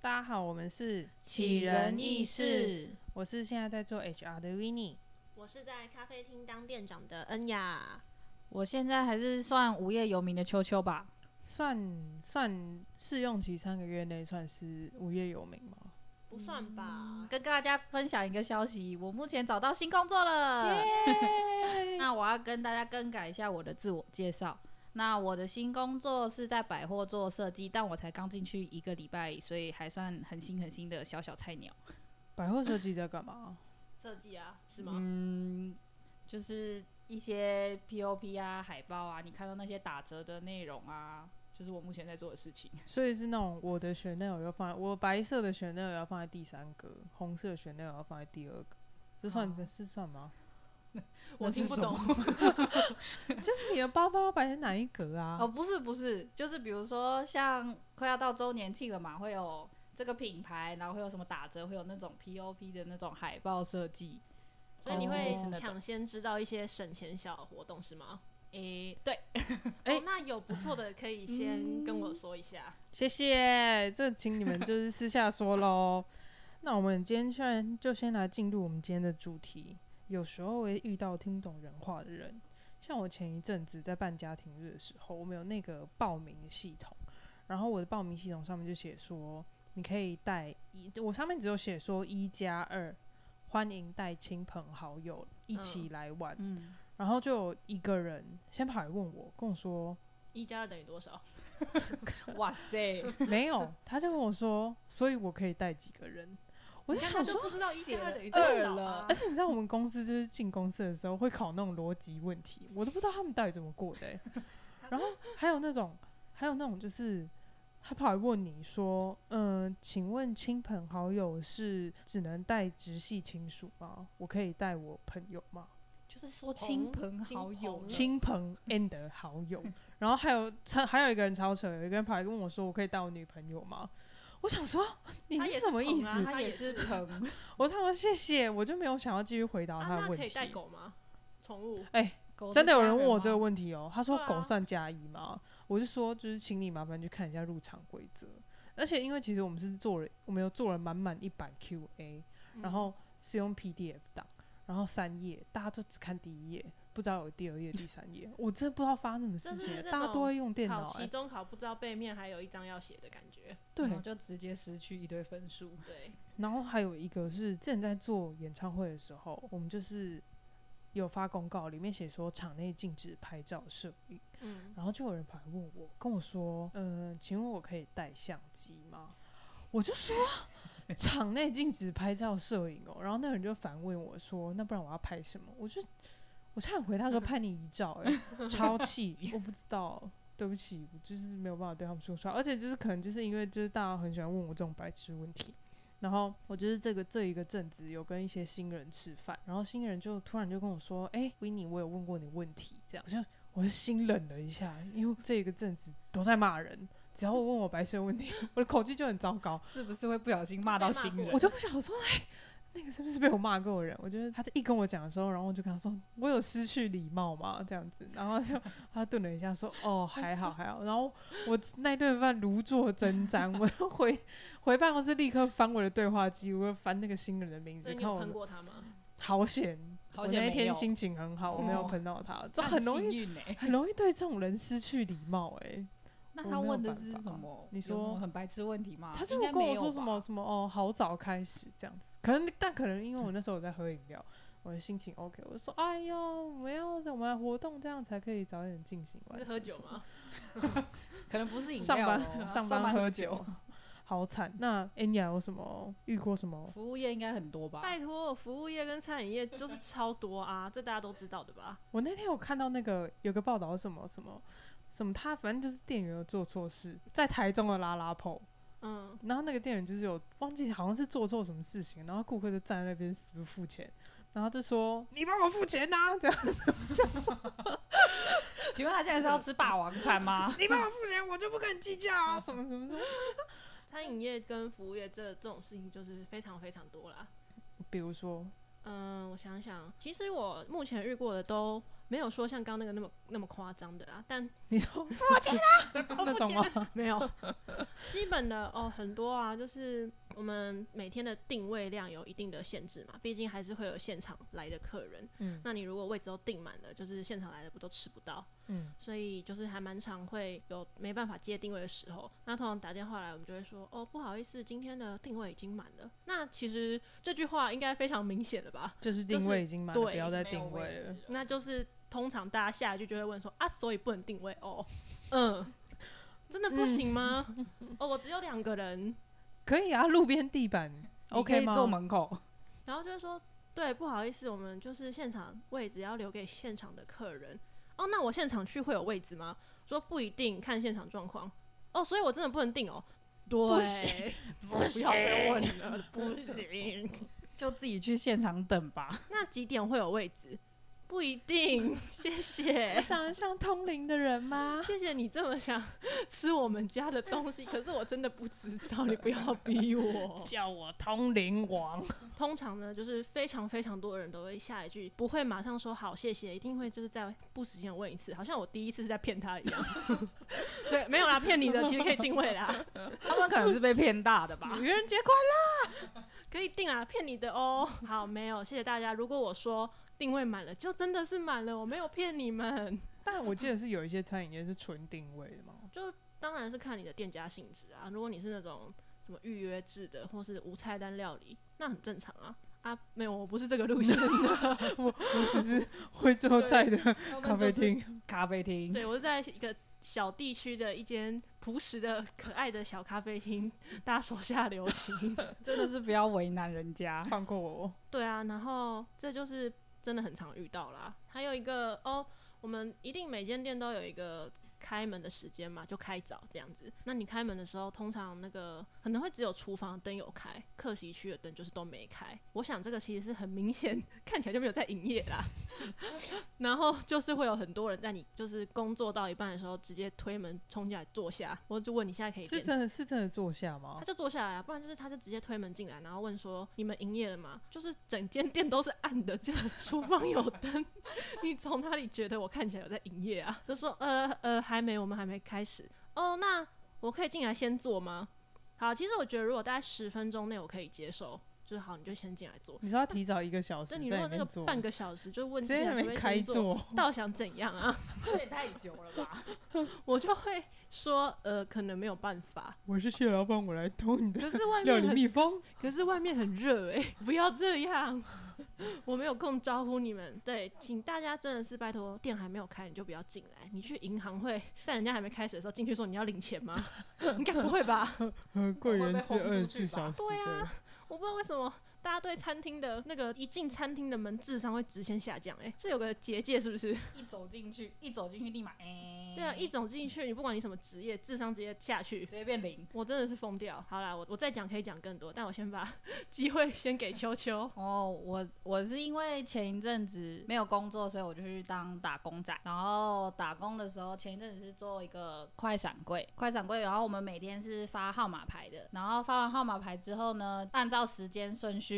大家好，我们是杞人异，事。我是现在在做 HR 的 w i n n i e 我是在咖啡厅当店长的恩雅，我现在还是算无业游民的秋秋吧。算算试用期三个月内算是无业游民吗？不算吧？跟大家分享一个消息，我目前找到新工作了。 那我要跟大家更改一下我的自我介绍。那我的新工作是在百货做设计，但我才刚进去一个礼拜，所以还算很新很新的小小菜鸟。百货设计在干嘛？设计啊，是吗？嗯，就是一些 POP 啊、海报啊，你看到那些打折的内容啊，就是我目前在做的事情。所以是那种我的 Chanel 要放在，我白色的 Chanel 要放在第三个，红色的 Chanel 要放在第二个，这算、哦这是算吗？ 我听不懂。就是你的包包摆在哪一格啊？哦，不是不是，就是比如说像快要到周年庆了嘛，会有这个品牌，然后会有什么打折，会有那种 POP 的那种海报设计。所以你会哦抢先知道一些省钱小活动是吗？诶、对，哎哦那有不错的可以先跟我说一下。谢谢，这请你们就是私下说喽。 那我们今天虽然就先来进入我们今天的主题。有时候会遇到听不懂人话的人，像我前一阵子在办家庭日的时候，我们有那个报名系统，然后我的报名系统上面就写说，你可以带一，我上面只有写说一加二，欢迎带亲朋好友一起来玩。嗯，然后就有一个人先跑来问我，跟我说，一加二等于多少？哇 塞， 没有，他就跟我说，所以我可以带几个人。 我你就看他想就说，不知道一加二等于多二少了啊而！且你知道我们公司就是进公司的时候会考那种逻辑问题，我都不知道他们到底怎么过的 欸、然后还有那种，还有那种就是他跑来问你说，嗯、请问亲朋好友是只能带直系亲属吗？我可以带我朋友吗？就是说亲亲啊朋朋好好友友，亲朋 and 好友，然后还有超还有一个人超扯，有一个人跑来跟我说，我可以带我女朋友吗？我想说你他也是是什么意思？捧啊他也是 朋，我他说谢谢，我就没有想要继续回答他啊，的那问可以题。哎带狗吗？宠物？狗是真的有家人问我吗这个问题哦，他说对啊狗算加一吗？我就说就是请你麻烦去看一下入场规则，而且因为其实我们是做了，我们有做了满满一版 Q&A，、然嗯后是用 PDF 档，然后三页，大家都只看第一页，不知道有第二页、第三页，我真的不知道发生什么事就是情，那大家都种会用电考脑哎、期中考不知道背面还有一张要写的感觉。对然后，就直接失去一堆分数。 对，然后还有一个是之前在做演唱会的时候，我们就是有发公告，里面写说场内禁止拍照摄影，嗯，然后就有人跑来问我，跟我说，嗯、请问我可以带相机吗？我就说 场内禁止拍照摄影哦，然后那个人就反问我说，那不然我要拍什么？我就我差点回他说拍你遗照、哎，超气，我不知道。对不起，我就是没有办法对他们说出来，而且就是可能就是因为就是大家很喜欢问我这种白痴问题，然后我就是这个这一个阵子有跟一些新人吃饭，然后新人就突然就跟我说：“哎、维尼，我有问过你问题。”这样，我就我就心冷了一下，因为这一个阵子都在骂人，只要我问我白色问题， 我的口气就很糟糕，是不是会不小心骂到新人？我就不想说，哎、那个是不是被我骂过的人？我觉得他这一跟我讲的时候，然后我就跟他说：“我有失去礼貌吗？”这样子，然后就他顿了一下说：“哦，还好还好。”然后我那顿饭如坐针毡，我就回回办公室立刻翻我的对话机，我就翻那个新人的名所字，以你看有我喷们过他吗？好险，好我险那一没天有心情很好，我没有哦喷到他，就很容易易呢。 很容易对这种人失去礼貌、哎。欸那我他没有问的办是法什么？你有什么说很白痴问题吗？他就啊应该跟我没有说什吧么什么哦，好早开始这样子，可能但可能因为嗯我那时候我在喝饮料，我的心情 OK，我就说哎呦，我们要怎么活动这样才可以早点进行你完是成？喝酒？吗？可能不是饮料上哦班上班喝酒，，好惨。那 a n 有什么遇过什么？服务业应该很多吧？拜托，服务业跟餐饮业就是超多啊，这大家都知道的吧？我那天有看到那个有个报道什么什么什么他，反正就是店员有做错事，在台中的拉拉铺，嗯，然后那个店员就是有忘记好像是做错什么事情，然后顾客就站在那边死不付钱，然后就说你帮我付钱呐、这样。 请问他现在是要吃霸王餐 吗？你帮我付钱，我就不跟你计较啊，什么什么什么。餐饮业跟服务业这这种事情就是非常非常多啦。比如说，嗯，我想想，其实我目前遇过的都没有说像刚刚那个那么那么夸张的啦，但你说付钱啦那种吗？啊没有 基本的哦，很多啊，就是我们每天的定位量有一定的限制嘛，毕竟还是会有现场来的客人。嗯那你如果位置都订满了，就是现场来的不都吃不到， 嗯，所以就是还蛮常会有没办法接定位的时候。那通常打电话来，我们就会说哦，不好意思，今天的定位已经满了。那其实这句话应该非常明显了吧？就是定位已经满了，就是不要再没有定位位置了。了。那就是通常大家下一句就会问说啊，所以不能定位哦，嗯，真的不行吗？哦，我只有两个人，可以啊，路边地板你可 OK 以吗？坐门口，然后就会说对，不好意思，我们就是现场位置要留给现场的客人。哦，那我现场去会有位置吗？说不一定，看现场状况。哦，所以我真的不能定哦。不对 行，不不要再问了，不行。就自己去现场等 吧。那几点会有位置？不一定， 谢谢。长得像通灵的人吗？。谢谢你这么想吃我们家的东西，可是我真的不知道，你不要逼我 叫我通灵王。通常呢，就是非常非常多的人都会下一句，不会马上说好谢谢，一定会就是在不时间问一次，好像我第一次是在骗他一样。 对，没有啦，骗你的，其实可以定位啦，他们可能是被骗大的吧。愚人节快可以定啊，骗你的哦。好，没有，谢谢大家。如果我说定位满了，就真的是满了，我没有骗你们。乐！但我记得是有一些餐饮业是纯定位的嘛。当然是看你的店家性质啊。如果你是那种什么预约制的，或是无菜单料理，那很正常啊。啊，没有，我不是这个路线的，我只是会做菜的咖啡厅，咖啡厅 对我是在一个小地区的一间朴实的、可爱的小咖啡厅，大家手下留情。真的是不要为难人 家。放过我。对啊，然后这就是真的很常遇到啦。还有一个哦，我们一定每间店都有一个开门的时间嘛，就开早这样子。那你开门的时候，通常那个可能会只有厨房的灯有开，客席区的灯就是都没开。我想这个其实是很明显，看起来就没有在营业啦。 然后就是会有很多人在你就是工作到一半的时候，直接推门冲进来坐下，我就问你现在可以是点真的是真的坐下他吗？就坐下来啊，不然就是他就直接推门进来，然后问说：“你们营业了吗？”就是整间店都是暗 的，只有厨房有灯。 你从哪里觉得我看起来有在营业啊？就说：“呃呃，还没，我们还没开始。”哦，那我可以进来先坐吗？好，其实我觉得如果大概十分钟内我可以接受，就是好，你就先进来坐。你说要提早一个小时那你如在果里那个面坐，半个小时就问直进接来还可不可没以开先坐，坐， 到底想怎样啊？ 这也太久了吧？我就会说：“呃，可能没有办法。 我是谢老板，我来偷你”的可是外料面理很秘方。 可是外面很热 诶、不要这 样，我没有空招呼你们。对，请大家真的是拜托，店还没有开你就不要进来。你去银行会在人家还没开始的时候进去说你要领 钱吗？应该不会吧？呃，柜会员被是轰出二十去四吧小时对啊的，我不知道为什么大家对餐厅的那个一进餐厅的门智商会直线下降、欸，诶，这有个结界是不是？一走进去，一走进去立马哎，对啊，一走进去，你不管你什么职业，智商直接下去直。接变零。我真的是疯掉。好啦，我我再讲可以讲更多，但我先把机会先给秋 秋。哦，我我是因为前一阵子没有工作，所以我就去当打工仔。然后打工的时候，前一阵子是做一个快闪柜，快闪柜。然后我们每天是发号码牌的，然后发完号码牌之后呢，按照时间顺序。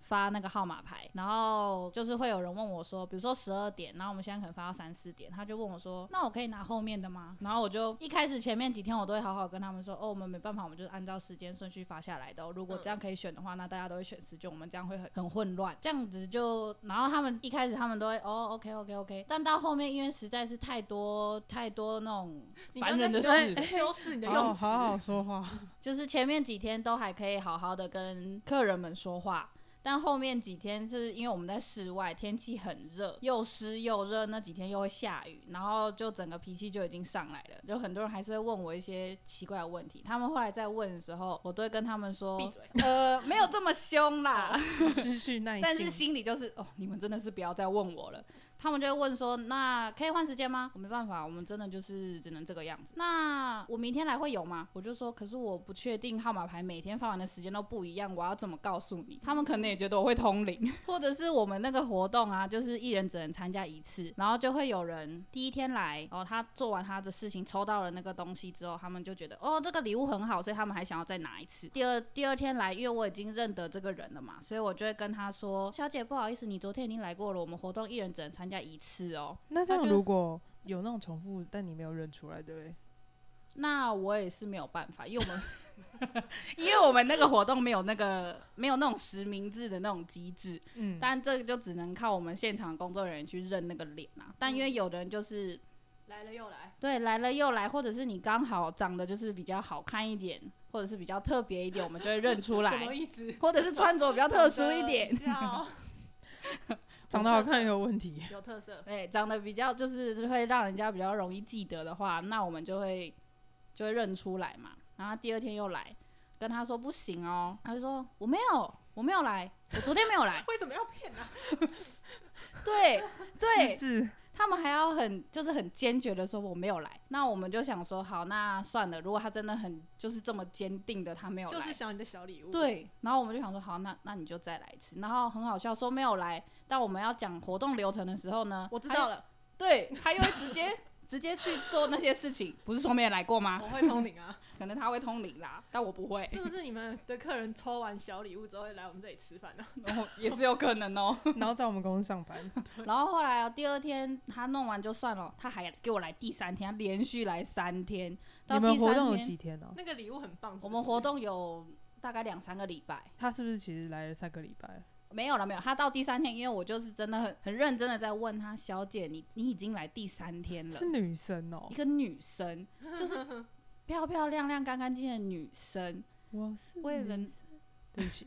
发那个号码牌，然后就是会有人问我说，比如说十二点，然后我们现在可能发到三四点，他就问我说，那我可以拿后面的吗？然后我就一开始前面几天我都会好好跟他们说，哦，我们没办法，我们就是按照时间顺序发下来的、哦。如果这样可以选的话，那大家都会选十九，我们这样会很很混乱，这样子就，然后他们一开始他们都会，哦，OK OK OK，但到后面因为实在是太多太多那种你刚烦人刚的在事，修 修饰你的哦好用词。哦好好说话。就是前面几天都还可以好好的跟客人们说话，但后面几天就是因为我们在室外，天气很热，又湿又热，那几天又会下雨，然后就整个脾气就已经上来了。就很多人还是会问我一些奇怪的问题，他们后来在问的时候，我都会跟他们说闭，嘴。呃，没有这么凶啦，失去耐但是性。心里就是哦，你们真的是不要再问我了。他们就会问说，那可以换时间吗？我没办法，我们真的就是只能这个样子。那我明天来会有吗？我就说，可是我不确定号码牌每天发完的时间都不一样，我要怎么告诉你？他们可能也觉得我会通灵，或者是我们那个活动啊，就是一人只能参加一次，然后就会有人第一天来，哦，他做完他的事情，抽到了那个东西之后，他们就觉得哦，这个礼物很好，所以他们还想要再拿一次。第二第二天来，因为我已经认得这个人了嘛，所以我就会跟他说，小姐不好意思，你昨天已经来过了，我们活动一人只能参加。家一次哦。那这样就如果有那种重复，但你没有认出来，对不对？那我也是没有办法，因为我们因为我们那个活动没有那个没有那种实名制的那种机制，嗯，但这个就只能靠我们现场工作人员去认那个脸啊。但因嗯为有的人就是来了又来，对来了又来，或者是你刚好长得就是比较好看一点，或者是比较特别一点，我们就会认出 什么来，意思？比或者是穿着比较特殊一 点，，长得好看也有问题。有特色。对，长得比较就是会让人家比较容易记得的话，那我们就会就会认出来嘛。然后他第二天又来跟他说不行哦，他就说我没有，我没有来，我昨天没有 。来为什么要骗啊？对对，失智他们还要很就是很坚决的说我没有来。那我们就想说好，那算了。如果他真的很就是这么坚定的他没有来，就是想你的小礼物。，对，然后我们就想说，好，那那你就再来一次。然后很好笑，说没有来，但我们要讲活动流程的时候呢，我知道了，了，对，他又会直接直接去做那些事情，不是说没有来过吗？我会通灵 啊。可能他会通灵啦，但我不会， 是不是你们的客人抽完小礼物之后会来我们这里吃饭啊 呢？然后也是有可能哦、然后在我们公司上班，然后后来啊，第二天他弄完就算了，他还给我来第三天，他连续来三天，到你第们活三动有天几天哦呢、那个礼物很棒是不我是们活动有大概两三个礼拜。他是不是其实来了三个礼拜？没有了，没有。他到第三天，因为我就是真的很很认真的在问他，小姐，你你已经来第三天了是，女生哦、一个女生，就是漂漂亮亮、干干净净的女生，我是为了女生对不起，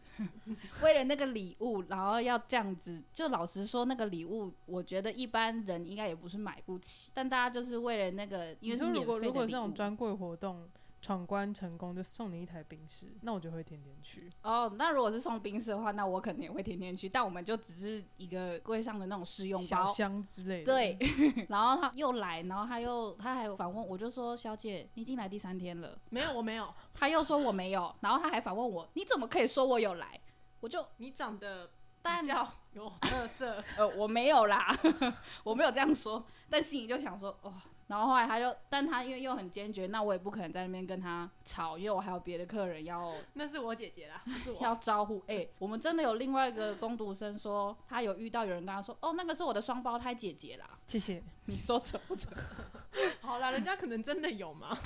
为了那个礼物，然后要这样子。就老实说，那个礼物，我觉得一般人应该也不是买不起，但大家就是为了那个，因你为是说如免费果的如果这礼种物专柜活动闯关成功，就送你一台冰室，那我就会天天去。哦，那如果是送冰室的话，那我肯定也会天天去，但我们就只是一个柜上的那种试用小包。箱之类的，对，， 然后他又来，然后他又他还反问，我就说小姐，你已经来第三天了。没有，我没有。他又说我没有，然后他还反问我，你怎么可以说我有来？我就你长得但比较有特 色，呃我没有啦， 我没有这样说，但心里就想说哦。然后后来他就，但他因为又很坚决，那我也不可能在那边跟他吵，因为我还有别的客人要那是我姐姐啦，不是我。要招呼。哎、我们真的有另外一个工读生说，他有遇到有人跟他说，哦，那个是我的双胞胎姐姐啦。 谢谢。你说扯不扯？好啦，人家可能真的有嘛。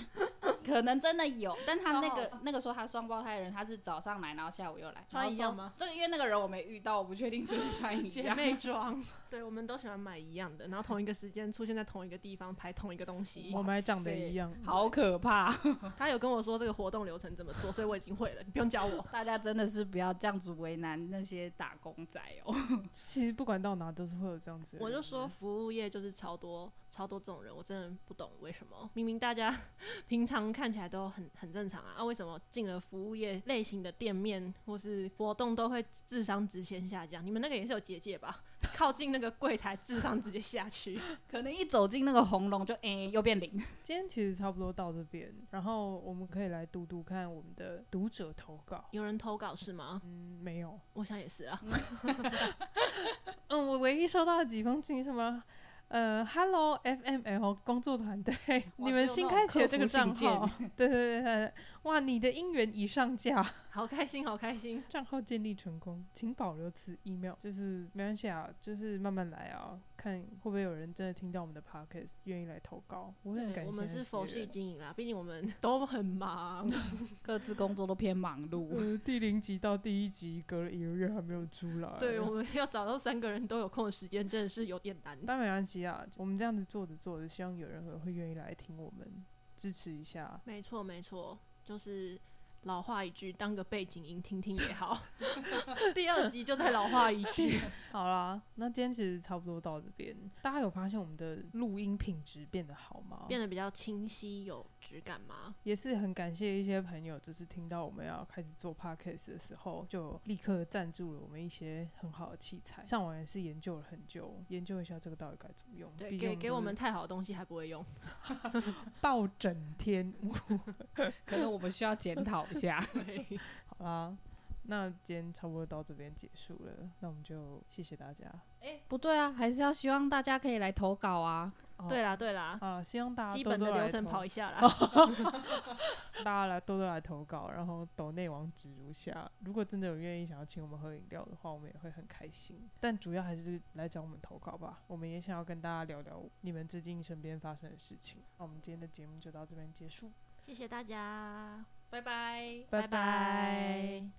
可能真的有，但他那超个那个说他双胞胎的人，他是早上来，然后下午又来，穿一样吗然后说？这个因为那个人我没遇到，我不确定是不是穿 一 姐样。妹装， 对，我们都喜欢买一样的，然后同一个时间出现在同一个地方拍同一个东西哇我们还长得塞一样，好可怕！他有跟我说这个活动流程怎么做，所以我已经会了，你不用教我。 大家真的是不要这样子为难那些打工仔哦。其实不管到哪都是会有这样子的人。啊我就说服务业就是超多超多这种人，我真的不懂为什么，明明大家 平常看起来都很很正常啊，啊为什么进了服务业类型的店面或是活动都会智商直线下降？你们那个也是有结界吧？ 靠近那个柜台，智商直接下去。 可能一走进那个红龙就诶、又变零。今天其实差不多到这边，然后我们可以来读读看我们的读者投稿。有人投稿是吗？嗯，没有。我想也是啊。嗯，我唯一收到的几封信是什么？呃，Hello FML 工作团队，你们新开启了这个账只有那号种， 对对对对，哇，你的姻缘已上架，好开心，好开心！账号建立成功，请保留此 email。就是没关系啊，就是慢慢来啊，看会不会有人真的听到我们的 podcast，愿意来投稿。我很对，感谢我们是佛那些系人。经营啦，毕竟我们都很忙。 各自工作都偏忙 碌。呃，第零集到第一集隔了一个月还没有出来，对，我们要找到三个人都有空的时间，真的是有点难。但没关系啊，我们这样子做着做着，希望有人会愿意来听我们，支持一下。没错，没错，就是老话一句，当个背景音听听也好。 第二集就再老话一 句，好啦，那今天其实差不多到这边。大家有发现我们的录音品质变得好吗？变得比较清晰有质感吗？也是很感谢一些朋友，就是听到我们要开始做 podcast 的时候，就立刻赞助了我们一些很好的器材。上网也是研究了很久，研究一下这个到底该怎么用。对，毕给竟给我们都太好的东西还不会 用，是抱整天。可能我们需要检讨一下。对，好啦，那今天差不多到这边结束了，那我们就谢谢大家。 不对啊，还是要希望大家可以来投稿啊。哦对啦对啦，啊，希望大家基多本的多来哦流程投跑一下啦。大家来多多来投稿，然后抖内网址如下。如果真的有愿意想要请我们喝饮料的话，我们也会很开心。但主要还是来找我们投稿吧，我们也想要跟大家聊聊你们最近身边发生的事情。那我们今天的节目就到这边结束，谢谢大家，拜拜。拜拜拜